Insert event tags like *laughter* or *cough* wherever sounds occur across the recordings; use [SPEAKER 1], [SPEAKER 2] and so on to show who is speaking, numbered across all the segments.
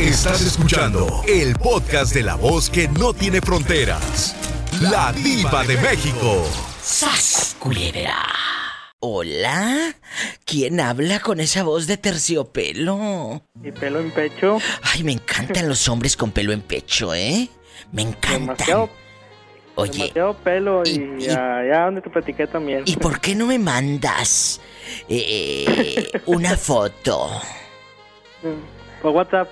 [SPEAKER 1] Estás escuchando el podcast de la voz que no tiene fronteras. La diva de México.
[SPEAKER 2] ¡Sas, culebra! Hola, ¿quién habla con esa voz de terciopelo?
[SPEAKER 3] ¿Y pelo en pecho?
[SPEAKER 2] Ay, me encantan los hombres con pelo en pecho, ¿eh? Me encantan.
[SPEAKER 3] Demasiado,
[SPEAKER 2] Oye,
[SPEAKER 3] demasiado pelo y,
[SPEAKER 2] y- y-
[SPEAKER 3] allá donde te platiqué también.
[SPEAKER 2] ¿y por qué no me mandas eh, una foto?
[SPEAKER 3] Por WhatsApp.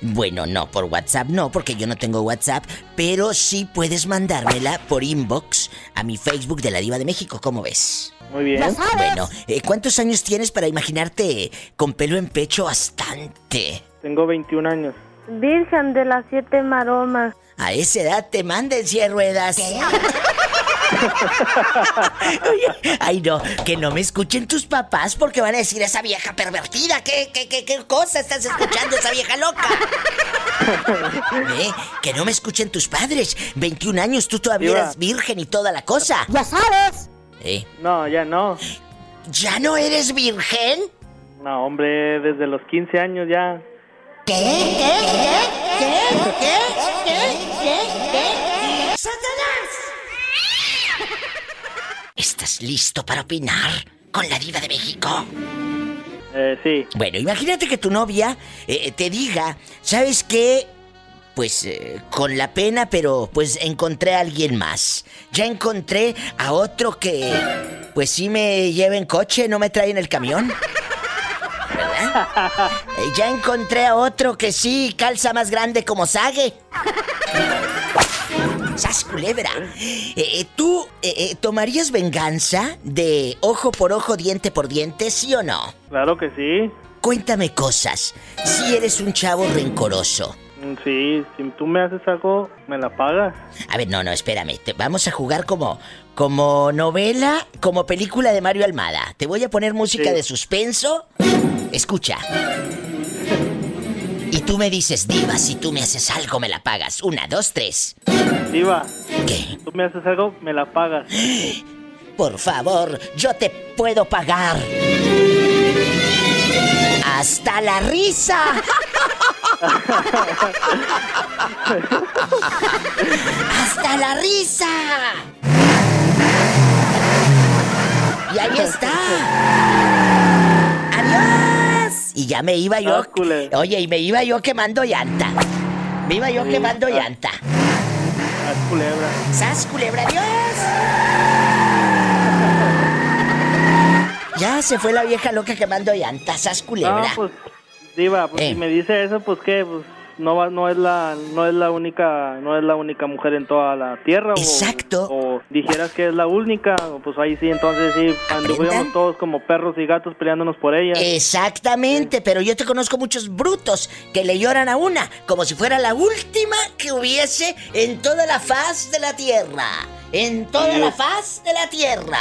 [SPEAKER 2] Bueno, no, por WhatsApp no, porque yo no tengo WhatsApp, pero sí puedes mandármela por inbox a mi Facebook de la Diva de México, ¿cómo ves?
[SPEAKER 3] Muy bien.
[SPEAKER 2] Bueno, eh, ¿cuántos años tienes para imaginarte con pelo en pecho bastante?
[SPEAKER 3] Tengo 21 años.
[SPEAKER 4] Virgen de las siete maromas.
[SPEAKER 2] A esa edad te manden cien ruedas. *laughs* Oye, ay no, que no me escuchen tus papás porque van a decir esa vieja pervertida, ¿qué, qué, qué, qué cosa estás escuchando esa vieja loca? Eh, Que no me escuchen tus padres. 21 años, tú todavía
[SPEAKER 3] Diva.
[SPEAKER 2] eras virgen y toda la cosa.
[SPEAKER 4] Ya sabes.
[SPEAKER 2] Eh,
[SPEAKER 3] No, ya no.
[SPEAKER 2] ¿Ya no eres virgen?
[SPEAKER 3] No, hombre, desde los 15 años ya.
[SPEAKER 2] ¿Qué? ¿Qué? ¿Qué? ¿Qué? ¿Qué? ¿Qué? ¿Qué? ¿Qué? ¡Satanás! ¿Estás listo para opinar con la diva de México?
[SPEAKER 3] Eh, sí.
[SPEAKER 2] Bueno, imagínate que tu novia eh, te diga, ¿sabes qué? Pues eh, con la pena, pero pues encontré a alguien más. Ya encontré a otro que, pues sí me lleva en coche, no me trae en el camión. ¿Verdad? Eh, ya encontré a otro que sí calza más grande como Sage. ¡Sas culebra! Eh, eh, ¿Tú eh, eh, tomarías venganza de ojo por ojo, diente por diente, sí o no?
[SPEAKER 3] Claro que sí.
[SPEAKER 2] Cuéntame cosas. Si eres un chavo rencoroso.
[SPEAKER 3] Mm, Sí, si tú me haces algo, me la pagas.
[SPEAKER 2] A ver, no, no, espérame. Te- vamos a jugar como, como novela, como película de Mario Almada. Te voy a poner música
[SPEAKER 3] Sí.
[SPEAKER 2] de suspenso. Escucha. Y tú me dices, diva, si tú me haces algo, me la pagas. Una, dos, tres.
[SPEAKER 3] Diva,
[SPEAKER 2] ¿Qué?
[SPEAKER 3] tú me haces algo, me la pagas.
[SPEAKER 2] Por favor, yo te puedo pagar. Hasta la risa. Hasta la risa. Y ahí está. Adiós. Y ya me iba yo.
[SPEAKER 3] Hércules.
[SPEAKER 2] Oye, y me iba yo quemando llanta. Me iba yo quemando llanta.
[SPEAKER 3] Haz culebra.
[SPEAKER 2] ¡Sas, culebra, Dios! Ya se fue la vieja loca quemando llantas, sas
[SPEAKER 3] No,
[SPEAKER 2] culebra.
[SPEAKER 3] pues, Diva, pues,
[SPEAKER 2] Eh.
[SPEAKER 3] si me dice eso, pues qué, pues no va, no es la no es la única no es la única mujer en toda la tierra o-
[SPEAKER 2] Exacto.
[SPEAKER 3] o, dijeras que es la única o, pues ahí sí entonces sí anduviéramos
[SPEAKER 2] Aprendan. Eh,
[SPEAKER 3] todos como perros y gatos peleándonos por ella
[SPEAKER 2] Exactamente, pero yo te conozco muchos brutos que le lloran a una, como si fuera la última que hubiese en toda la faz de la tierra. En toda
[SPEAKER 3] Sí. Pues
[SPEAKER 2] la faz de la tierra.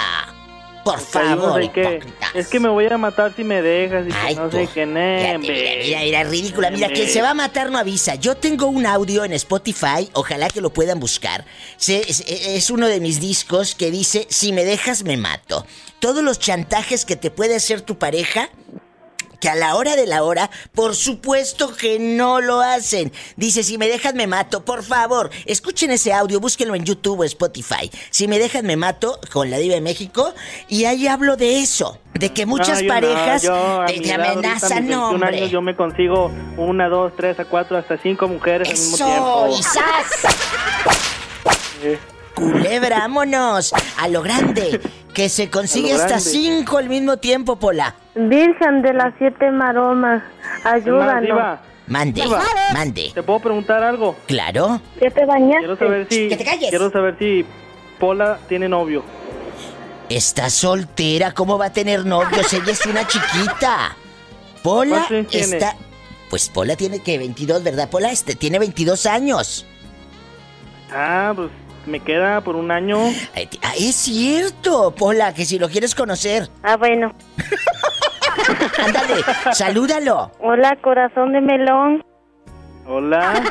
[SPEAKER 2] Por
[SPEAKER 3] Que hay unos
[SPEAKER 2] favor,
[SPEAKER 3] de que,
[SPEAKER 2] hipócritas.
[SPEAKER 3] es que me voy a matar si me dejas y que
[SPEAKER 2] Ay,
[SPEAKER 3] no
[SPEAKER 2] tú.
[SPEAKER 3] sé qué ne,
[SPEAKER 2] Fíjate, Mira,
[SPEAKER 3] hombre.
[SPEAKER 2] mira, mira, ridícula. Mira,
[SPEAKER 3] Hombre.
[SPEAKER 2] quien se va a matar no avisa. Yo tengo un audio en Spotify, ojalá que lo puedan buscar. Se- es, es uno de mis discos que dice, si me dejas me mato. Todos los chantajes que te puede hacer tu pareja, que a la hora de la hora, por supuesto que no lo hacen. Dice, si me dejan me mato, por favor, escuchen ese audio, búsquenlo en YouTube o Spotify. Si me dejan me mato, con la Diva de México, y ahí hablo de eso, de que muchas
[SPEAKER 3] No, yo no,
[SPEAKER 2] parejas
[SPEAKER 3] yo a
[SPEAKER 2] te,
[SPEAKER 3] mi
[SPEAKER 2] te
[SPEAKER 3] edad, ahorita, a mis
[SPEAKER 2] amenazan,
[SPEAKER 3] 21
[SPEAKER 2] no,
[SPEAKER 3] años,
[SPEAKER 2] hombre.
[SPEAKER 3] yo me consigo una, dos, tres, a cuatro, hasta cinco mujeres al mismo
[SPEAKER 2] Eso,
[SPEAKER 3] tiempo.
[SPEAKER 2] Isas.
[SPEAKER 3] Eh,
[SPEAKER 2] Culebra, vámonos a lo grande, que se consigue
[SPEAKER 3] A lo
[SPEAKER 2] hasta
[SPEAKER 3] grande.
[SPEAKER 2] cinco al mismo tiempo, Pola.
[SPEAKER 4] Virgen de las siete maromas.
[SPEAKER 3] es más,
[SPEAKER 4] Ayúdanos.
[SPEAKER 3] Diva,
[SPEAKER 2] Mande,
[SPEAKER 3] Diva.
[SPEAKER 2] mande.
[SPEAKER 3] ¿te puedo preguntar algo?
[SPEAKER 2] Claro.
[SPEAKER 4] ¿Ya te bañaste?
[SPEAKER 3] Quiero saber si.
[SPEAKER 2] Este, Que te calles.
[SPEAKER 3] Quiero saber si Pola tiene novio.
[SPEAKER 2] Está soltera, ¿cómo va a tener novios? Ella es una chiquita. Pola
[SPEAKER 3] ¿Cuántos años tiene?
[SPEAKER 2] está... Pues Pola tiene que 22, ¿verdad, Pola? Este tiene 22 años.
[SPEAKER 3] Ah, pues me queda por un año.
[SPEAKER 2] Eh, ti- ah, es cierto, Pola, que si lo quieres conocer,
[SPEAKER 4] Ah, bueno.
[SPEAKER 3] *laughs*
[SPEAKER 2] ándale, salúdalo.
[SPEAKER 4] Hola, corazón de melón.
[SPEAKER 3] Hola.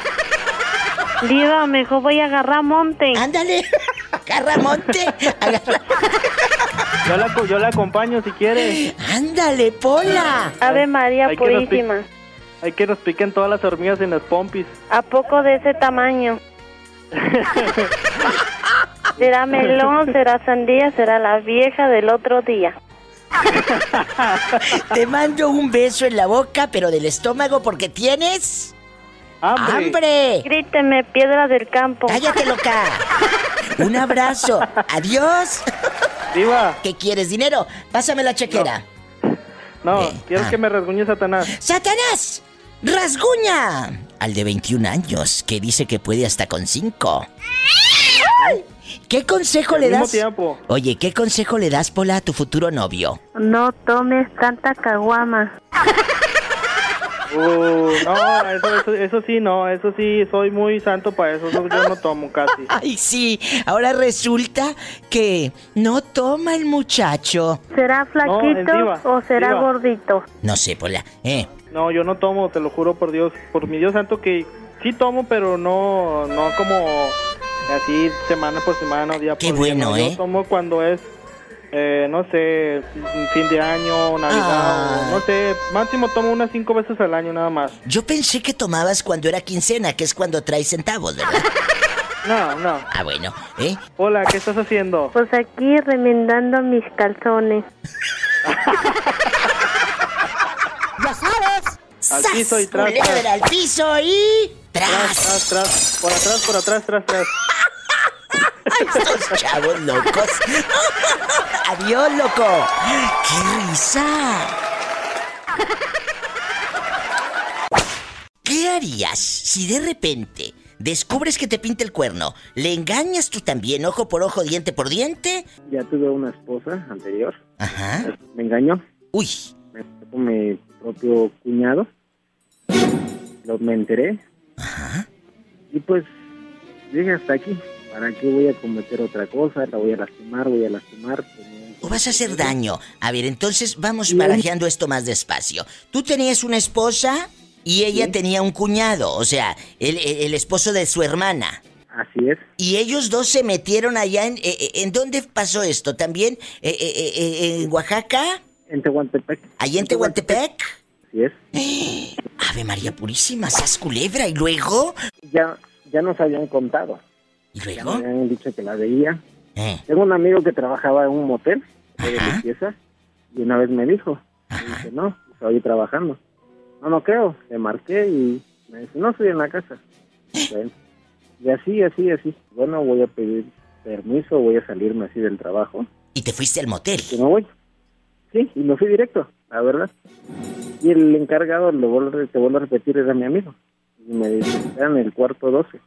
[SPEAKER 4] Diva, mejor voy a agarrar monte.
[SPEAKER 2] Ándale, agarra monte, agarra-
[SPEAKER 3] Yo la, co- yo la acompaño si quiere.
[SPEAKER 2] Ándale, Pola.
[SPEAKER 4] Ave María
[SPEAKER 3] Ay, que no
[SPEAKER 4] Purísima.
[SPEAKER 5] Hay que nos piquen todas las hormigas en las pompis.
[SPEAKER 4] ¿A poco de ese tamaño?
[SPEAKER 3] *laughs*
[SPEAKER 4] ¿Será melón? ¿Será sandía? ¿Será la vieja del otro día?
[SPEAKER 2] Te mando un beso en la boca, pero del estómago, porque tienes.
[SPEAKER 5] ¡Hambre!
[SPEAKER 2] ¡Hambre!
[SPEAKER 4] Gríteme, piedra del campo.
[SPEAKER 2] ¡Cállate, loca! Un abrazo. Adiós.
[SPEAKER 5] ¡Diva!
[SPEAKER 2] ¿Qué quieres? ¿Dinero? Pásame la chequera.
[SPEAKER 5] No,
[SPEAKER 2] Eh,
[SPEAKER 5] quiero
[SPEAKER 2] ah.
[SPEAKER 5] que me rasguñe Satanás.
[SPEAKER 2] ¡Satanás! ¡Rasguña! Al de 21 años, que dice que puede hasta con 5. ¿Qué consejo
[SPEAKER 5] Al
[SPEAKER 2] le
[SPEAKER 5] mismo
[SPEAKER 2] das?
[SPEAKER 5] tiempo.
[SPEAKER 2] Oye, ¿qué consejo le das, Pola, a tu futuro novio?
[SPEAKER 4] No tomes tanta caguama.
[SPEAKER 5] Uh, no, eso, eso, eso sí, no, eso sí, soy muy santo para eso, no, yo no tomo casi.
[SPEAKER 2] Ay, sí. Ahora resulta que no toma el muchacho.
[SPEAKER 4] ¿Será flaquito
[SPEAKER 5] diva,
[SPEAKER 4] o será
[SPEAKER 5] diva.
[SPEAKER 4] gordito?
[SPEAKER 2] No sé, Pola. ¿Eh?
[SPEAKER 5] No, yo no tomo, te lo juro por Dios, por mi Dios santo que sí tomo, pero no, no como así semana por semana, día
[SPEAKER 2] Qué
[SPEAKER 5] por
[SPEAKER 2] bueno,
[SPEAKER 5] día. no.
[SPEAKER 2] ¿eh?
[SPEAKER 5] Yo tomo cuando es, eh, no sé, fin de año, Navidad,
[SPEAKER 2] Ah.
[SPEAKER 5] o no sé, máximo tomo unas cinco veces al año nada más.
[SPEAKER 2] Yo pensé que tomabas cuando era quincena, que es cuando traes centavos, ¿verdad?
[SPEAKER 5] No, no.
[SPEAKER 2] Ah, bueno. ¿Eh?
[SPEAKER 5] Hola, ¿qué estás haciendo?
[SPEAKER 4] Pues aquí remendando mis calzones.
[SPEAKER 2] ¡Ya sabes!
[SPEAKER 5] Al piso y tras, tras.
[SPEAKER 2] culebra, al piso y...
[SPEAKER 5] Tras, tras,
[SPEAKER 2] ¡Tras!
[SPEAKER 5] tras, por atrás, por atrás, tras, tras.
[SPEAKER 2] Ay, estos chavos locos. Adiós, loco. ¡Qué risa! ¿Qué harías si de repente descubres que te pinta el cuerno? ¿Le engañas tú también, ojo por ojo, diente por diente?
[SPEAKER 3] Ya tuve una esposa anterior,
[SPEAKER 2] Ajá.
[SPEAKER 3] me engañó,
[SPEAKER 2] Uy,
[SPEAKER 3] me fue con mi propio cuñado, lo me enteré y pues dije hasta aquí, ¿para qué voy a cometer otra cosa? La voy a lastimar, voy a lastimar. tenía-
[SPEAKER 2] o vas a hacer daño. A ver, entonces vamos barajeando esto más despacio. Tú tenías una esposa y ella tenía un cuñado, o sea, el- el- el esposo de su hermana.
[SPEAKER 3] Así es,
[SPEAKER 2] Y ellos dos se metieron allá en... eh, eh, ¿En dónde pasó esto? ¿También eh, eh, eh, eh, en Oaxaca?
[SPEAKER 3] en Tehuantepec.
[SPEAKER 2] ¿Allí en Tehuantepec?
[SPEAKER 3] Así es.
[SPEAKER 2] Ave María Purísima, sas culebra. ¿Y luego?
[SPEAKER 3] Ya, ya nos habían contado,
[SPEAKER 2] ¿Y
[SPEAKER 3] ya
[SPEAKER 2] luego?
[SPEAKER 3] me habían dicho que la veía.
[SPEAKER 2] Eh,
[SPEAKER 3] Tengo un amigo que trabajaba en un motel de
[SPEAKER 2] Ajá.
[SPEAKER 3] limpieza y una vez me dijo, me dice, no, estoy trabajando. No, no creo, le marqué y me dice, no, estoy en la casa. Bueno, y así, así, así. Bueno, voy a pedir permiso, voy a salirme así del trabajo,
[SPEAKER 2] y te fuiste al motel.
[SPEAKER 3] que me voy. Sí, y me fui directo, la verdad. Y el encargado, lo vuelvo, a re- te vuelvo a repetir, era mi amigo. Y me dice, está en el cuarto 12.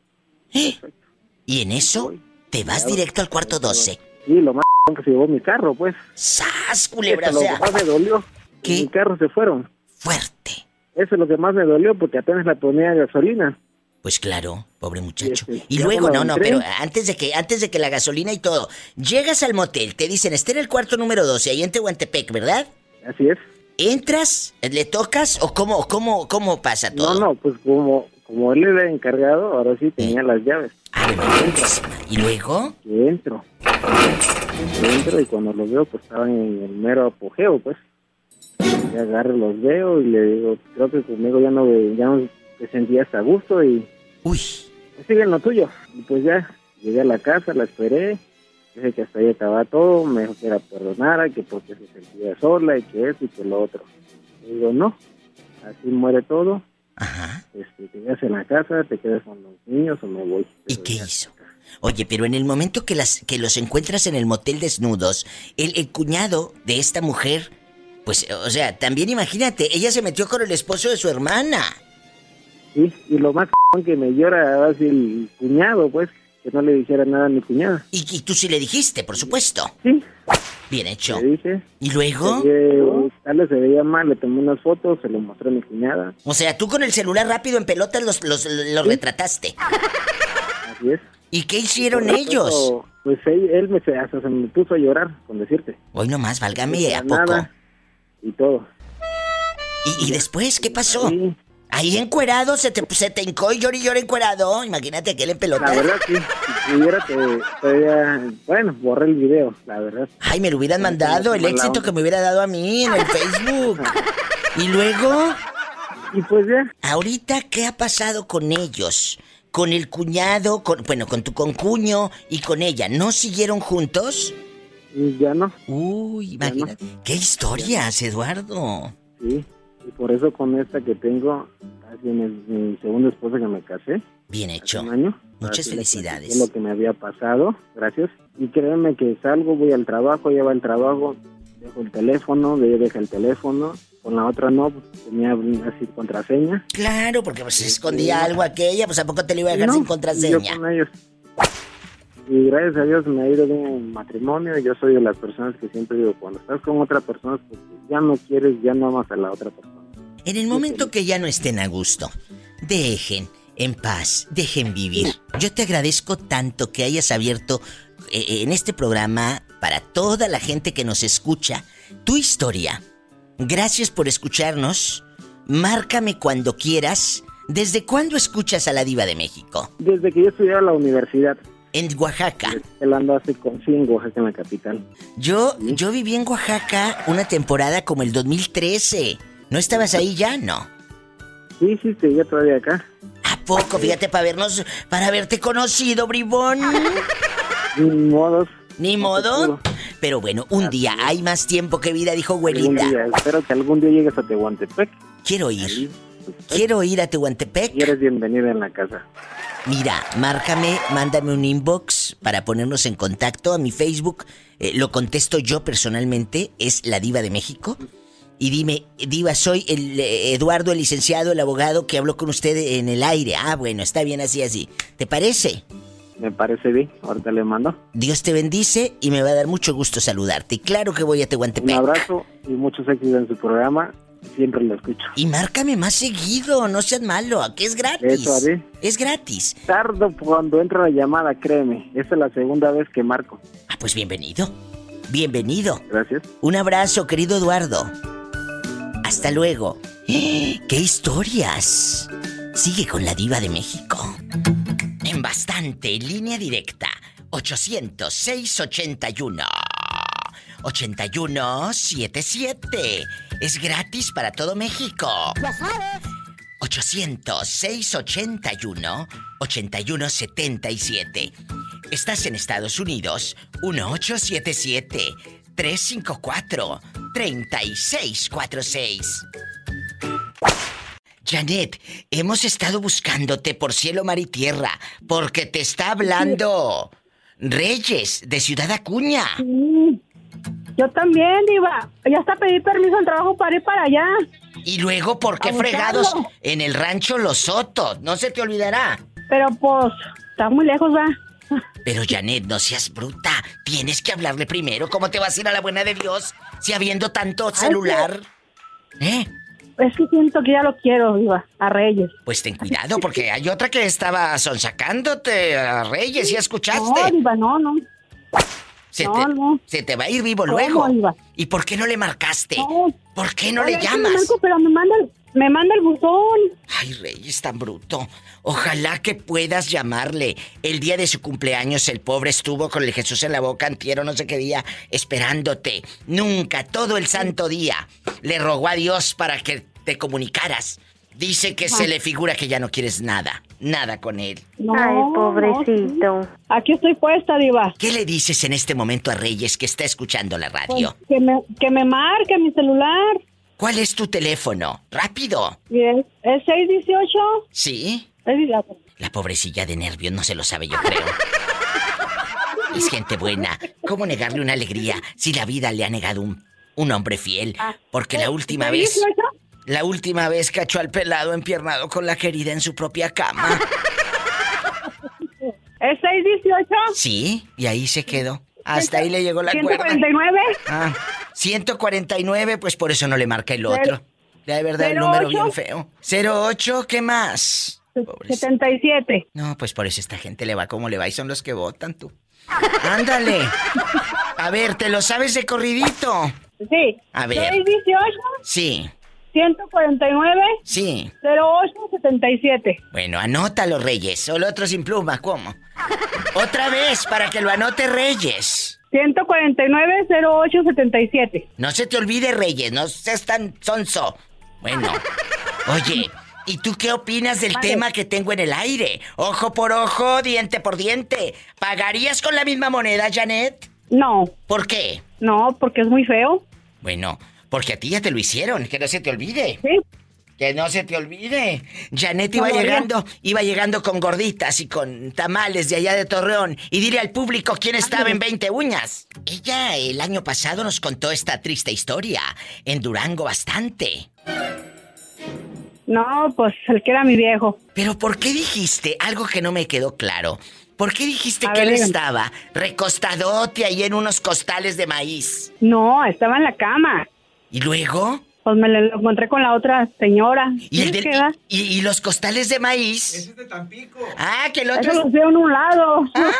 [SPEAKER 2] ¿Eh? Y en eso te vas directo al cuarto 12.
[SPEAKER 3] Y lo más que se llevó mi carro, pues.
[SPEAKER 2] ¡Sas culebra! O
[SPEAKER 3] Eso es lo
[SPEAKER 2] sea,
[SPEAKER 3] que más me dolió.
[SPEAKER 2] ¿Qué?
[SPEAKER 3] Mi carro se fueron.
[SPEAKER 2] fuerte.
[SPEAKER 3] Eso es lo que más me dolió porque apenas la ponía de gasolina.
[SPEAKER 2] Pues claro, pobre muchacho.
[SPEAKER 3] Sí, sí.
[SPEAKER 2] Y
[SPEAKER 3] Ya
[SPEAKER 2] luego, no,
[SPEAKER 3] cuando
[SPEAKER 2] no,
[SPEAKER 3] entré-
[SPEAKER 2] pero antes de que, antes de que la gasolina y todo, llegas al motel, te dicen, está en el cuarto número 12, ahí en Tehuantepec, ¿verdad?
[SPEAKER 3] Así es.
[SPEAKER 2] ¿Entras? ¿Le tocas? ¿O cómo, cómo, cómo pasa todo?
[SPEAKER 3] No, no, pues como, como él era encargado, ahora sí tenía las llaves.
[SPEAKER 2] Ave María Purísima. ¿Y luego?
[SPEAKER 3] Yo entro. Yo entro y cuando los veo, pues estaban en el mero apogeo, pues. Y agarro, los veo y le digo, creo que conmigo ya no, ya no te sentías a gusto y
[SPEAKER 2] Uy,
[SPEAKER 3] pues, sigue en lo tuyo. Y pues ya, llegué a la casa, la esperé. Dije que hasta ahí acababa todo, me dijo que la perdonara, que porque se sentía sola y que eso y que lo otro. Le digo, no, así muere todo.
[SPEAKER 2] ajá.
[SPEAKER 3] Este, te quedas en la casa, te quedas con los niños o me voy.
[SPEAKER 2] ¿Y
[SPEAKER 3] Pero
[SPEAKER 2] qué
[SPEAKER 3] ya.
[SPEAKER 2] hizo? Oye, pero en el momento que, las, que los encuentras en el motel desnudos, el, el cuñado de esta mujer, pues, o sea, también imagínate, ella se metió con el esposo de su hermana.
[SPEAKER 3] Sí, y lo más c- que me llora ahora sí el cuñado, pues, que no le dijera nada a mi cuñada.
[SPEAKER 2] Y, y tú sí le dijiste, por supuesto.
[SPEAKER 3] Sí,
[SPEAKER 2] Bien hecho.
[SPEAKER 3] le dije.
[SPEAKER 2] ¿Y luego?
[SPEAKER 3] Eh, tal vez se veía mal, le tomé unas fotos, se lo mostré a mi cuñada.
[SPEAKER 2] O sea, tú con el celular rápido en pelotas los, los, los retrataste.
[SPEAKER 3] Así es.
[SPEAKER 2] ¿Y qué hicieron
[SPEAKER 3] Pero,
[SPEAKER 2] ellos?
[SPEAKER 3] Pues él, él me, se- hasta se me puso a llorar, con decirte.
[SPEAKER 2] Hoy nomás, válgame,
[SPEAKER 3] Para
[SPEAKER 2] ¿a poco?
[SPEAKER 3] Pues nada Y todo.
[SPEAKER 2] ¿Y, y después qué pasó?
[SPEAKER 3] Sí,
[SPEAKER 2] Ahí encuerado se te, se te hincó y llora y llora encuerado. Imagínate aquel en
[SPEAKER 3] la
[SPEAKER 2] pelota.
[SPEAKER 3] verdad, sí. Si pudiera, te, todavía- bueno, borré el video, la verdad.
[SPEAKER 2] Ay, me lo hubieran mandado, el
[SPEAKER 3] mala
[SPEAKER 2] éxito
[SPEAKER 3] onda.
[SPEAKER 2] que me hubiera dado a mí en el Facebook. Y luego,
[SPEAKER 3] Y pues ya,
[SPEAKER 2] Ahorita, ¿qué ha pasado con ellos? Con el cuñado, con, bueno, con tu concuño y con ella. ¿No siguieron juntos?
[SPEAKER 3] y ya no,
[SPEAKER 2] Uy,
[SPEAKER 3] Ya no.
[SPEAKER 2] imagínate. ¿Qué historias, Eduardo?
[SPEAKER 3] sí. Y por eso con esta que tengo, casi mi, mi segunda esposa que me casé,
[SPEAKER 2] Bien
[SPEAKER 3] hace
[SPEAKER 2] hecho.
[SPEAKER 3] un año.
[SPEAKER 2] Muchas
[SPEAKER 3] Así le platiqué
[SPEAKER 2] felicidades.
[SPEAKER 3] Lo que me había pasado, gracias. Y créanme que salgo, voy al trabajo, lleva el trabajo, dejo el teléfono, de ella deja el teléfono, con la otra no, pues, tenía así contraseña.
[SPEAKER 2] Claro, porque pues escondía algo aquella, pues ¿a poco te lo iba a dejar
[SPEAKER 3] No,
[SPEAKER 2] sin
[SPEAKER 3] y
[SPEAKER 2] contraseña?
[SPEAKER 3] Yo con ellos. Y gracias a Dios me ha ido bien en el matrimonio. Yo soy de las personas que siempre digo, cuando estás con otra persona, pues ya no quieres, ya no amas a la otra persona.
[SPEAKER 2] En el momento que ya no estén a gusto, dejen en paz, dejen vivir. Yo te agradezco tanto que hayas abierto eh, en este programa para toda la gente que nos escucha tu historia. Gracias por escucharnos. Márcame cuando quieras. ¿Desde cuándo escuchas a la diva de México?
[SPEAKER 3] Desde que yo estudiaba en la universidad,
[SPEAKER 2] En Oaxaca.
[SPEAKER 3] él anda hace con cinco Oaxaca en la capital.
[SPEAKER 2] Yo, yo viví en Oaxaca una temporada como el 2013. ¿No estabas ahí ya? No.
[SPEAKER 3] Sí, sí, te veía todavía acá.
[SPEAKER 2] ¿A poco? Fíjate, para vernos, para haberte conocido, bribón.
[SPEAKER 3] Ni modos.
[SPEAKER 2] Ni modo. Pero bueno, un día hay más tiempo que vida, dijo
[SPEAKER 3] Algún
[SPEAKER 2] güerita.
[SPEAKER 3] día, espero que algún día llegues a Tehuantepec.
[SPEAKER 2] Quiero
[SPEAKER 3] Ahí,
[SPEAKER 2] ir.
[SPEAKER 3] pues,
[SPEAKER 2] Quiero ir a
[SPEAKER 3] Y
[SPEAKER 2] Tehuantepec.
[SPEAKER 3] eres bienvenida en la casa.
[SPEAKER 2] Mira, márcame, mándame un inbox para ponernos en contacto a mi Facebook. eh, lo contesto yo personalmente, es la diva de México. Y dime, diva, soy el eh, Eduardo, el licenciado, el abogado que habló con usted en el aire. Ah, bueno, está bien así, así. ¿Te parece?
[SPEAKER 3] Me parece bien. Ahorita le mando.
[SPEAKER 2] Dios te bendice y me va a dar mucho gusto saludarte. Y claro que voy a
[SPEAKER 3] Un
[SPEAKER 2] Tehuantepec.
[SPEAKER 3] abrazo y muchos éxitos en su programa. Siempre lo escucho.
[SPEAKER 2] Y márcame más seguido, no seas malo, que es gratis.
[SPEAKER 3] Eso haré.
[SPEAKER 2] Es gratis.
[SPEAKER 3] Tardo cuando entra la llamada, créeme. Esta es la segunda vez que marco.
[SPEAKER 2] Ah, pues bienvenido. Bienvenido.
[SPEAKER 3] Gracias.
[SPEAKER 2] Un abrazo, querido Eduardo. Hasta luego. ¡Eh! ¡Qué historias! Sigue con la diva de México. En bastante, línea directa. 800-681. 8177. Es gratis para todo México. 800-681-8177. Estás en Estados Unidos, 1877-354-3646. Janet, hemos estado buscándote por cielo, mar y tierra, porque te está hablando Reyes de Ciudad Acuña.
[SPEAKER 6] Sí. Yo también, Diva. Ya hasta pedí permiso al trabajo para ir para allá.
[SPEAKER 2] Y luego, ¿por qué
[SPEAKER 6] A buscarlo.
[SPEAKER 2] fregados en el rancho Los Sotos? No se te olvidará.
[SPEAKER 6] Pero pues, está muy lejos, va.
[SPEAKER 2] Pero Janet, no seas bruta. Tienes que hablarle primero. ¿Cómo te vas a ir a la buena de Dios si habiendo tanto celular? ¿Eh?
[SPEAKER 6] Es que siento que ya lo quiero, Diva, a Reyes.
[SPEAKER 2] Pues ten cuidado, porque hay otra que estaba sonsacándote a Reyes, ¿ya
[SPEAKER 6] No,
[SPEAKER 2] escuchaste?
[SPEAKER 6] Diva, no, no.
[SPEAKER 2] Se
[SPEAKER 6] no,
[SPEAKER 2] te,
[SPEAKER 6] no.
[SPEAKER 2] se te va a ir vivo
[SPEAKER 6] ¿Cómo
[SPEAKER 2] luego.
[SPEAKER 6] iba?
[SPEAKER 2] ¿Y por qué no le marcaste?
[SPEAKER 6] No.
[SPEAKER 2] ¿Por qué no
[SPEAKER 6] Oye,
[SPEAKER 2] le
[SPEAKER 6] es que le
[SPEAKER 2] llamas?
[SPEAKER 6] marco, pero me manda, el- me manda el buzón.
[SPEAKER 2] Ay, Reyes, tan bruto. Ojalá que puedas llamarle. El día de su cumpleaños, el pobre estuvo con el Jesús en la boca antiero, no sé qué día, esperándote. Nunca, todo el santo día. Le rogó a Dios para que te comunicaras. Dice que se le figura que ya no quieres nada. Nada con él.
[SPEAKER 6] No,
[SPEAKER 4] Ay, pobrecito.
[SPEAKER 6] no, sí. Aquí estoy puesta, Diva.
[SPEAKER 2] ¿Qué le dices en este momento a Reyes que está escuchando la
[SPEAKER 6] Pues,
[SPEAKER 2] radio?
[SPEAKER 6] que, me, que me marque mi celular.
[SPEAKER 2] ¿Cuál es tu teléfono? Rápido.
[SPEAKER 6] Bien. Es 618.
[SPEAKER 2] ¿Sí?
[SPEAKER 6] Es
[SPEAKER 2] La pobrecilla de nervios no se lo sabe, yo creo. Es gente buena. ¿Cómo negarle una alegría si la vida le ha negado un, un hombre fiel? Porque la última vez.
[SPEAKER 6] 618.
[SPEAKER 2] La última vez cachó al pelado empiernado con la querida en su propia cama.
[SPEAKER 6] Es 618.
[SPEAKER 2] Sí, y ahí se quedó. Hasta ahí le llegó la cuerda.
[SPEAKER 6] 149.
[SPEAKER 2] Ah, 149, pues por eso no le marca el otro. La de verdad, el número
[SPEAKER 6] 08.
[SPEAKER 2] bien feo. 08, ¿qué más? Pobrecito.
[SPEAKER 6] 77.
[SPEAKER 2] No, pues por eso esta gente le va como le va y son los que votan tú. Ándale. A ver, ¿te lo sabes de corridito?
[SPEAKER 6] Sí.
[SPEAKER 2] A ver.
[SPEAKER 6] 618
[SPEAKER 2] Sí,
[SPEAKER 6] 149
[SPEAKER 2] sí.
[SPEAKER 6] 0877.
[SPEAKER 2] Bueno, anótalo, Reyes. O el otro sin pluma, ¿cómo? Otra vez, para que lo anote Reyes.
[SPEAKER 6] 149 0877.
[SPEAKER 2] No se te olvide, Reyes, no seas tan sonso. Bueno, Oye, ¿y tú qué opinas del tema que tengo en el aire? Ojo por ojo, diente por diente. ¿Pagarías con la misma moneda, Janet?
[SPEAKER 6] No,
[SPEAKER 2] ¿Por qué?
[SPEAKER 6] no, porque es muy feo.
[SPEAKER 2] Bueno, porque a ti ya te lo hicieron, que no se te olvide.
[SPEAKER 6] Sí.
[SPEAKER 2] Que no se te olvide. Janet
[SPEAKER 6] No
[SPEAKER 2] iba
[SPEAKER 6] lo olvido.
[SPEAKER 2] llegando, iba llegando con gorditas y con tamales de allá de Torreón. Y dile al público quién estaba en 20 uñas. Ella el año pasado nos contó esta triste historia. En Durango bastante.
[SPEAKER 6] No, pues el que era mi viejo.
[SPEAKER 2] Pero ¿por qué dijiste algo que no me quedó claro? ¿Por qué dijiste
[SPEAKER 6] A
[SPEAKER 2] que
[SPEAKER 6] ver,
[SPEAKER 2] él
[SPEAKER 6] dígame.
[SPEAKER 2] estaba recostadote ahí en unos costales de maíz?
[SPEAKER 6] No, estaba en la cama.
[SPEAKER 2] ¿Y luego?
[SPEAKER 6] Pues me lo encontré con la otra señora.
[SPEAKER 2] ¿Y, el
[SPEAKER 6] Sí,
[SPEAKER 2] del-
[SPEAKER 6] ¿qué va?
[SPEAKER 2] y, y los costales de maíz? Ese es de Tampico. Ah, que el otro
[SPEAKER 6] Eso
[SPEAKER 2] es-
[SPEAKER 6] lo hicieron a un lado.
[SPEAKER 2] *laughs* Ah.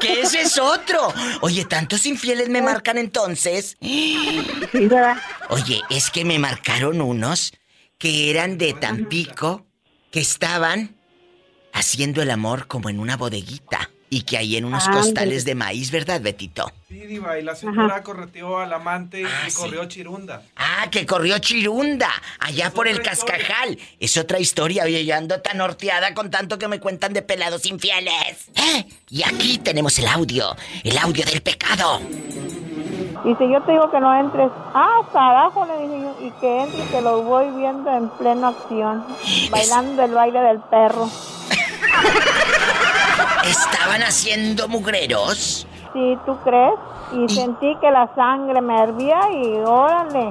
[SPEAKER 2] Que ese es otro. Oye, ¿tantos infieles me marcan entonces?
[SPEAKER 6] Sí, ¿verdad?
[SPEAKER 2] Oye, es que me marcaron unos que eran de Tampico, que estaban haciendo el amor como en una bodeguita. Y que ahí en unos
[SPEAKER 6] Ah,
[SPEAKER 2] costales de maíz, ¿verdad, Betito?
[SPEAKER 7] Sí, Diva, y la señora correteó al amante y
[SPEAKER 2] Ah, sí.
[SPEAKER 7] corrió a Chirunda.
[SPEAKER 2] Ah, que corrió Chirunda, allá por el
[SPEAKER 7] otra historia.
[SPEAKER 2] cascajal. Es otra historia, oye, yo ando tan norteada con tanto que me cuentan de pelados infieles. ¿Eh? Y aquí tenemos el audio, el audio del pecado.
[SPEAKER 4] Y si yo te digo que no entres, ah, carajo, le dije yo, y que entre, que lo voy viendo en plena acción, bailando el baile del perro.
[SPEAKER 2] ¿Estaban haciendo mugreros?
[SPEAKER 4] Si tú crees, y sentí que la sangre me hervía y órale,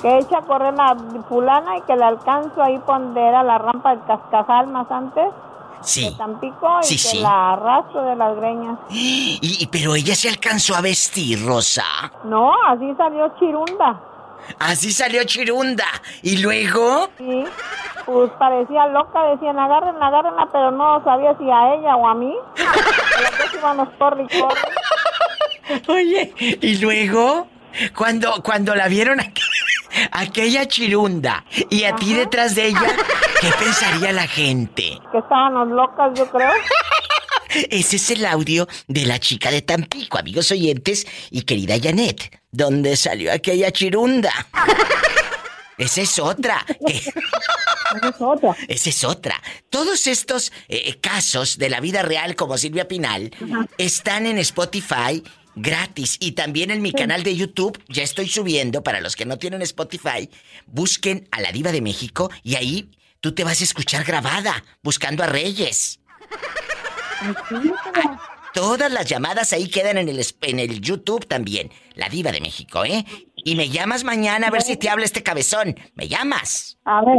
[SPEAKER 4] que echa a correr la fulana y que la alcanzo ahí ponder a la rampa del cascajal más antes de
[SPEAKER 2] Sí.
[SPEAKER 4] Tampico y
[SPEAKER 2] Sí,
[SPEAKER 4] que
[SPEAKER 2] sí.
[SPEAKER 4] la arrastro de las greñas.
[SPEAKER 2] Y, y- pero ella se alcanzó a vestir, Rosa.
[SPEAKER 4] No, así salió Chirunda.
[SPEAKER 2] Así salió Chirunda. Y luego...
[SPEAKER 4] Sí, pues parecía loca, decían agárrenla, agárrenla, pero no sabía si a ella o a mí. Y las dos íbamos corre y corre.
[SPEAKER 2] Oye, y luego, cuando, cuando la vieron aqu- aquella chirunda y a ti detrás de ella, ¿qué pensaría la gente?
[SPEAKER 4] Que estábamos locas, yo creo.
[SPEAKER 2] Ese es el audio de la chica de Tampico, amigos oyentes y querida Janet, donde salió aquella chirunda. Esa es otra. que-
[SPEAKER 6] Esa es otra.
[SPEAKER 2] Esa es otra. Todos estos eh, casos de la vida real, como Silvia Pinal, están en Spotify gratis y también en mi canal de YouTube. Ya estoy subiendo para los que no tienen Spotify. Busquen a la Diva de México y ahí tú te vas a escuchar grabada, buscando a Reyes. Todas las llamadas ahí quedan en el, es- en el YouTube también. La Diva de México, ¿eh? Y me llamas mañana a ver si te habla este cabezón. ¿Me llamas?
[SPEAKER 6] A ver,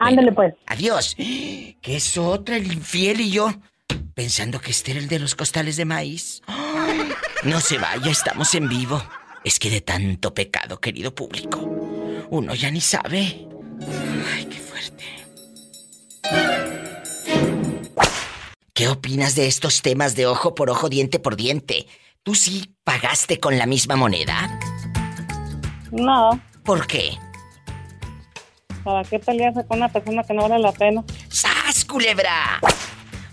[SPEAKER 6] ándale pues.
[SPEAKER 2] Adiós. Que es otra, el infiel y yo. Pensando que este era el de los costales de maíz. *gasps* Ay, No se vaya, estamos en vivo. Es que de tanto pecado, querido público. Uno ya ni sabe. Ay, qué fuerte. ¿Qué opinas de estos temas de ojo por ojo, diente por diente? ¿Tú sí pagaste con la misma moneda?
[SPEAKER 6] No,
[SPEAKER 2] ¿Por qué?
[SPEAKER 6] ¿para qué pelearse con una persona que no vale la pena?
[SPEAKER 2] ¡Sas, Pues, culebra!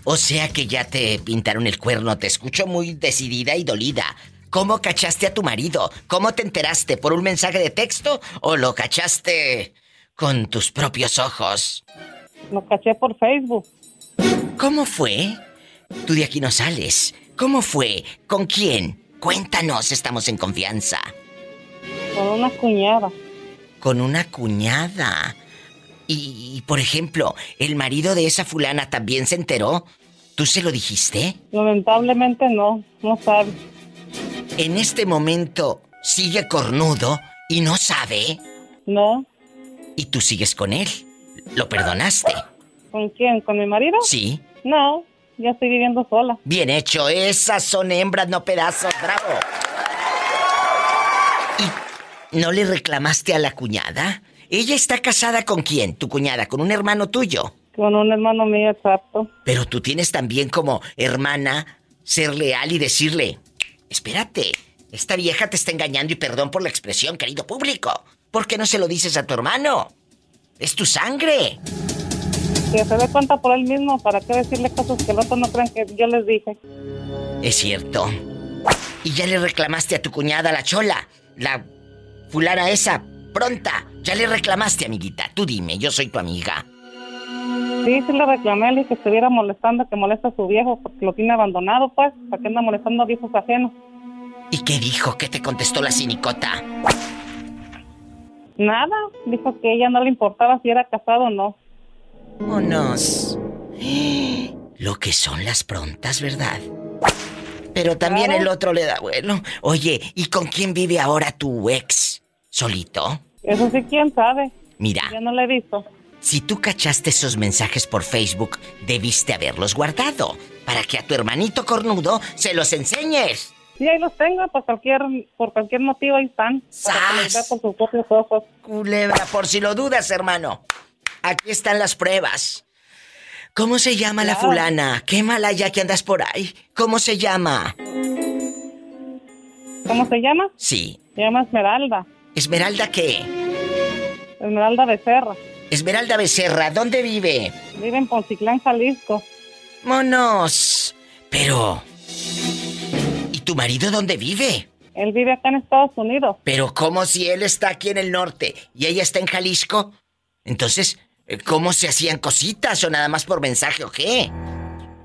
[SPEAKER 2] O sea que ya te pintaron el cuerno, te escucho muy decidida y dolida. ¿Cómo cachaste a tu marido? ¿Cómo te enteraste? ¿Por un mensaje de texto o lo cachaste con tus propios ojos?
[SPEAKER 6] Lo caché por Facebook.
[SPEAKER 2] ¿Cómo fue? Tú de aquí no sales. ¿Cómo fue? ¿Con quién? Cuéntanos, estamos en confianza.
[SPEAKER 6] Con una cuñada.
[SPEAKER 2] Con una cuñada. Y, y, por ejemplo, ¿el marido de esa fulana también se enteró? ¿Tú se lo dijiste?
[SPEAKER 6] Lamentablemente no, no sabe.
[SPEAKER 2] en este momento sigue cornudo y no sabe,
[SPEAKER 6] No.
[SPEAKER 2] y tú sigues con él. ¿Lo perdonaste?
[SPEAKER 6] ¿Con quién? ¿Con mi marido?
[SPEAKER 2] Sí.
[SPEAKER 6] No, ya estoy viviendo sola.
[SPEAKER 2] Bien hecho, esas son hembras, no pedazos, bravo. ¿Y no le reclamaste a la cuñada? ¿Ella está casada con quién? ¿Tu cuñada? ¿Con un hermano tuyo?
[SPEAKER 6] Con un hermano mío, exacto.
[SPEAKER 2] Pero tú tienes también como hermana ser leal y decirle, espérate, esta vieja te está engañando y perdón por la expresión, querido público. ¿Por qué no se lo dices a tu hermano? Es tu sangre.
[SPEAKER 6] Que se dé cuenta por él mismo, ¿para qué decirle cosas que el otro no crean que yo les dije?
[SPEAKER 2] Es cierto. Y ya le reclamaste a tu cuñada la chola, la fulana esa, pronta, Ya le reclamaste, amiguita. Tú dime, yo soy tu amiga.
[SPEAKER 6] Sí, sí le reclamé, le dije que estuviera molestando, que molesta a su viejo, porque lo tiene abandonado, pues. ¿Para qué anda molestando a viejos ajenos?
[SPEAKER 2] ¿Y qué dijo? ¿Qué te contestó la cinicota?
[SPEAKER 6] Nada. Dijo que ella no le importaba si era casado o no.
[SPEAKER 2] Vámonos. Lo que son las prontas, ¿verdad? Pero también
[SPEAKER 6] Claro.
[SPEAKER 2] el otro le da vuelo. Oye, ¿y con quién vive ahora tu ex? ¿Solito?
[SPEAKER 6] Eso sí, quién sabe.
[SPEAKER 2] Mira,
[SPEAKER 6] Yo no la he visto.
[SPEAKER 2] si tú cachaste esos mensajes por Facebook, debiste haberlos guardado para que a tu hermanito cornudo se los enseñes.
[SPEAKER 6] Sí, ahí los tengo, por cualquier, por cualquier motivo ahí están. Para que los vea
[SPEAKER 2] ¡Sas!
[SPEAKER 6] con sus propios ojos.
[SPEAKER 2] Culebra, por si lo dudas, hermano. Aquí están las pruebas. ¿Cómo se llama la
[SPEAKER 6] Claro.
[SPEAKER 2] fulana? Qué mala ya que andas por ahí. ¿Cómo se llama?
[SPEAKER 6] ¿Cómo se llama?
[SPEAKER 2] Sí.
[SPEAKER 6] Se llama Esmeralda.
[SPEAKER 2] ¿Esmeralda qué?
[SPEAKER 6] Esmeralda Becerra.
[SPEAKER 2] Esmeralda Becerra, ¿dónde vive?
[SPEAKER 6] Vive en Ponciclán, Jalisco.
[SPEAKER 2] Monos. Pero... ¿Y tu marido dónde vive?
[SPEAKER 6] Él vive acá en Estados Unidos.
[SPEAKER 2] Pero ¿cómo si él está aquí en el norte y ella está en Jalisco? Entonces, eh, ¿cómo se hacían cositas o nada más por mensaje o qué?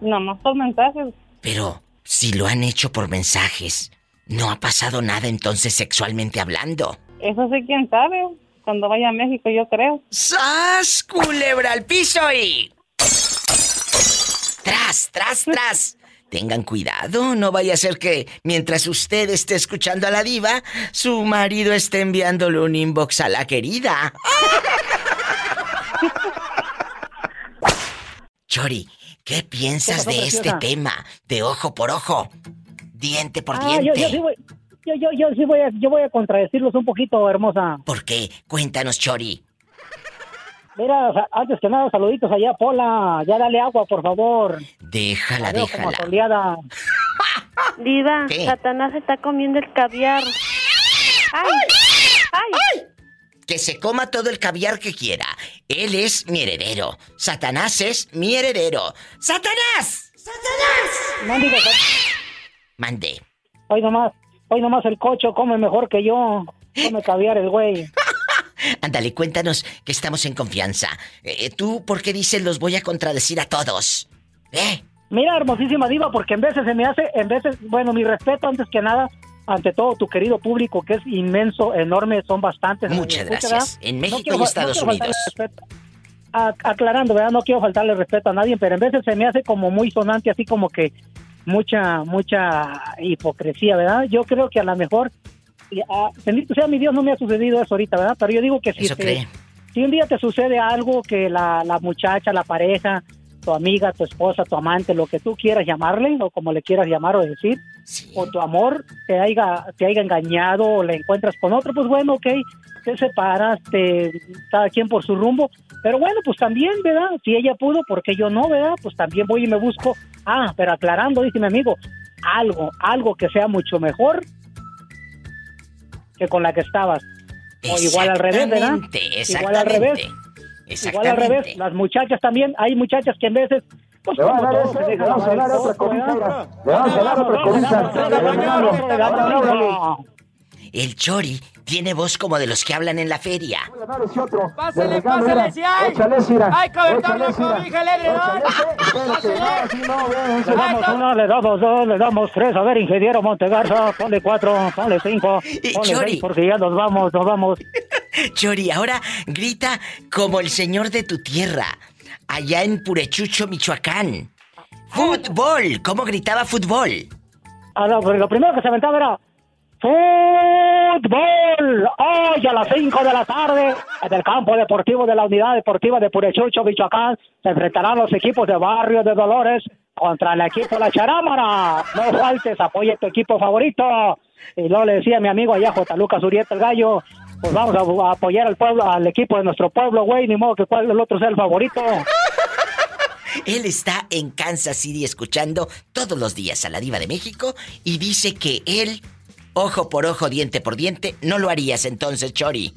[SPEAKER 6] Nada más por mensajes.
[SPEAKER 2] Pero si lo han hecho por mensajes, no ha pasado nada entonces sexualmente hablando.
[SPEAKER 6] Eso sí, quién sabe. Cuando vaya a México, yo creo.
[SPEAKER 2] ¡Sas! Culebra al piso y. ¡Tras, tras, tras! Tengan cuidado, no vaya a ser que mientras usted esté escuchando a la diva, su marido esté enviándole un inbox a la querida. Chori, ¿qué piensas de este tema? De ojo por ojo, diente por
[SPEAKER 8] Ah, yo,
[SPEAKER 2] diente.
[SPEAKER 8] yo sí voy, yo, yo, yo sí voy a, yo voy a contradecirlos un poquito, hermosa.
[SPEAKER 2] ¿Por qué? Cuéntanos, Chori.
[SPEAKER 8] Mira, sa- antes que nada, saluditos allá, Pola. Ya dale agua, por favor.
[SPEAKER 2] Déjala,
[SPEAKER 8] La veo como
[SPEAKER 2] déjala.
[SPEAKER 8] soleada.
[SPEAKER 9] Diva,
[SPEAKER 2] ¿Qué?
[SPEAKER 9] Satanás está comiendo el caviar. ¡Ay! ¡Ay!
[SPEAKER 2] Que se coma todo el caviar que quiera. Él es mi heredero. Satanás es mi heredero. ¡Satanás!
[SPEAKER 8] Mándigo,
[SPEAKER 2] Mandé.
[SPEAKER 8] hoy nomás, hoy nomás el cocho come mejor que yo. Come caviar el güey.
[SPEAKER 2] Ándale, cuéntanos que estamos en confianza. Eh, ¿Tú por qué dices los voy a contradecir a todos? ¿Eh?
[SPEAKER 8] Mira, hermosísima diva, porque en veces se me hace, en veces, bueno, mi respeto antes que nada, ante todo tu querido público, que es inmenso, enorme, son bastantes.
[SPEAKER 2] Muchas
[SPEAKER 8] Escucha,
[SPEAKER 2] gracias.
[SPEAKER 8] ¿verdad?
[SPEAKER 2] En
[SPEAKER 8] No
[SPEAKER 2] México
[SPEAKER 8] quiero
[SPEAKER 2] y
[SPEAKER 8] fa-
[SPEAKER 2] Estados
[SPEAKER 8] no quiero
[SPEAKER 2] Unidos.
[SPEAKER 8] faltarle respeto. A- aclarando, ¿verdad? No quiero faltarle respeto a nadie, pero en veces se me hace como muy sonante, así como que mucha, mucha hipocresía, ¿verdad? Yo creo que a lo mejor, y, ah, bendito sea mi Dios, no me ha sucedido eso ahorita, ¿verdad? Pero yo digo que si
[SPEAKER 2] Eso
[SPEAKER 8] te-
[SPEAKER 2] cree.
[SPEAKER 8] si un día te sucede algo que la, la muchacha, la pareja, tu amiga, tu esposa, tu amante, lo que tú quieras llamarle o como le quieras llamar o decir,
[SPEAKER 2] Sí.
[SPEAKER 8] o tu amor te haya, te haya engañado o la encuentras con otro, pues bueno, ok, te separas, te, cada quien por su rumbo, pero bueno, pues también, ¿verdad? Si ella pudo, ¿por qué yo no, ¿verdad? Pues también voy y me busco, ah, pero aclarando, dice mi amigo, algo, algo que sea mucho mejor que con la que estabas. o igual al revés, ¿verdad?
[SPEAKER 2] Exactamente,
[SPEAKER 8] Igual al revés.
[SPEAKER 2] exactamente.
[SPEAKER 8] Igual al revés,
[SPEAKER 2] Exactamente.
[SPEAKER 8] las muchachas también, hay muchachas que en veces... Pues,
[SPEAKER 10] Le van
[SPEAKER 8] como
[SPEAKER 10] a dar
[SPEAKER 8] todo,
[SPEAKER 10] ese,
[SPEAKER 8] se
[SPEAKER 10] le
[SPEAKER 8] dejan
[SPEAKER 10] van a dar
[SPEAKER 8] amar el
[SPEAKER 10] otra
[SPEAKER 8] coco,
[SPEAKER 10] cobija,
[SPEAKER 8] ¿verdad?
[SPEAKER 10] mira. Le van a dar otra cobija. Hermano, hermano,
[SPEAKER 2] El Chori tiene voz como de los que hablan en la feria.
[SPEAKER 10] le van a dar ese otro.
[SPEAKER 11] Pásele,
[SPEAKER 10] Le regalo,
[SPEAKER 11] pásele,
[SPEAKER 10] mira.
[SPEAKER 11] si hay.
[SPEAKER 10] Échale ese, mira.
[SPEAKER 11] Hay que aventar
[SPEAKER 10] Échale
[SPEAKER 11] la
[SPEAKER 10] ese, mira.
[SPEAKER 11] cobija, el edredón.
[SPEAKER 10] Échale ese. Espérate, no, así no, ve, ese
[SPEAKER 8] Le damos uno, le damos dos, le damos tres. A ver, ingeniero Montegarza, ponle cuatro, ponle cinco,
[SPEAKER 2] Y
[SPEAKER 8] ponle
[SPEAKER 2] Chori.
[SPEAKER 8] seis, porque ya nos vamos, nos vamos.
[SPEAKER 2] *laughs* Chori, ahora grita como el señor de tu tierra, allá en Purechucho, Michoacán. ¡Fútbol! ¿Cómo gritaba fútbol?
[SPEAKER 8] A lo, Ah, lo primero que se aventaba era fútbol. Hoy a las cinco de la tarde, en el campo deportivo de la Unidad Deportiva de Purechucho, Michoacán, se enfrentarán los equipos de Barrio de Dolores contra el equipo La Charámara. No faltes, apoya tu equipo favorito. Y luego le decía a mi amigo allá, J. Lucas Urieta, el gallo, pues vamos a, a apoyar al pueblo, al equipo de nuestro pueblo, güey, ni modo que cuál el otro sea el favorito.
[SPEAKER 2] Él está en Kansas City escuchando todos los días a la diva de México y dice que él, ojo por ojo, diente por diente, no lo harías entonces, Chori.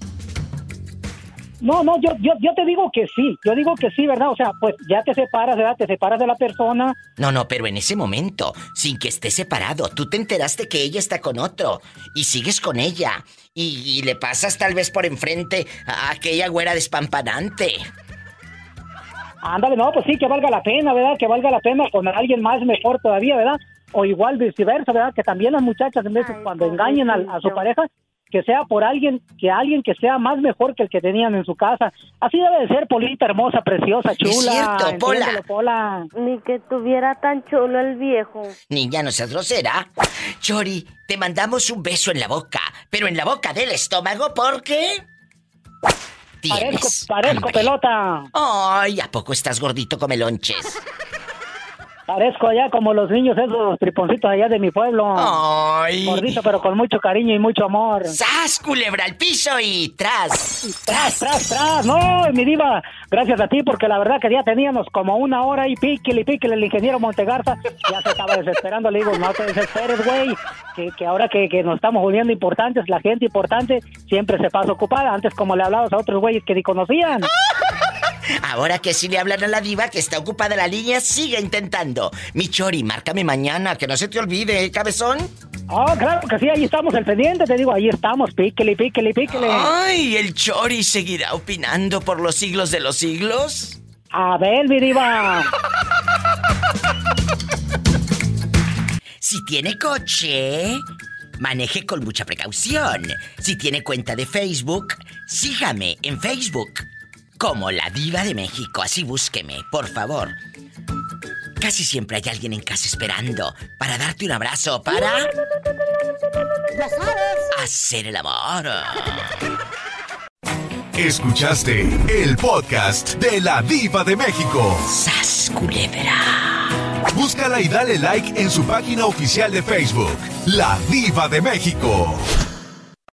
[SPEAKER 8] No, no, yo, yo, yo te digo que sí, yo digo que sí, ¿verdad? O sea, pues ya te separas, ¿verdad? Te separas de la persona.
[SPEAKER 2] No, no, pero en ese momento, sin que esté separado, tú te enteraste que ella está con otro y sigues con ella y, y le pasas tal vez por enfrente a aquella güera despampanante.
[SPEAKER 8] Ándale, no, pues sí, que valga la pena, ¿verdad? Que valga la pena con alguien más mejor todavía, ¿verdad? O igual viceversa, ¿verdad? Que también las muchachas, en veces, cuando engañen al- a, su pareja, que sea por alguien, que alguien que sea más mejor que el que tenían en su casa. Así debe de ser, Polita, hermosa, preciosa, chula.
[SPEAKER 2] cierto, Pola.
[SPEAKER 8] entiéndelo, Pola.
[SPEAKER 9] Ni que tuviera tan chulo el viejo.
[SPEAKER 2] Niña, no seas grosera. Chori, te mandamos un beso en la boca, pero en la boca del estómago porque...
[SPEAKER 8] Parezco,
[SPEAKER 2] Tienes
[SPEAKER 8] parezco
[SPEAKER 2] hambre.
[SPEAKER 8] pelota.
[SPEAKER 2] Ay, ¿a poco estás gordito come lonches?
[SPEAKER 8] Parezco allá como los niños esos triponcitos allá de mi pueblo.
[SPEAKER 2] Oh, Ay.
[SPEAKER 8] Ah, Gordito, pero con mucho cariño y mucho amor.
[SPEAKER 2] ¡Sas, culebra al piso y tras!
[SPEAKER 8] Tras, tras, tras, no, mi diva, gracias a ti, porque la verdad que ya teníamos como una hora y píquele, y píquele, el ingeniero Montegarza ya se estaba desesperando, le digo, no te desesperes, güey, que, que ahora que, que nos estamos volviendo importantes, la gente importante siempre se pasa ocupada, antes como le hablabas a otros güeyes que ni conocían.
[SPEAKER 2] Ahora que sí le hablan a la diva que está ocupada la línea, sigue intentando. Mi Chori, márcame mañana, que no se te olvide, ¿eh, cabezón?
[SPEAKER 8] Ah, claro que sí, ahí estamos, el pendiente, te digo, ahí estamos, píquele, píquele, píquele.
[SPEAKER 2] Ay, el Chori seguirá opinando por los siglos de los siglos.
[SPEAKER 8] A ver, mi diva.
[SPEAKER 2] Si tiene coche, maneje con mucha precaución. Si tiene cuenta de Facebook, sígame en Facebook como la diva de México. Así búsqueme, por favor. Casi siempre hay alguien en casa esperando para darte un abrazo, para hacer el amor.
[SPEAKER 1] Escuchaste el podcast de la Diva de México.
[SPEAKER 2] ¡Sas, culebra!
[SPEAKER 1] Búscala y dale like en su página oficial de Facebook, La Diva de México.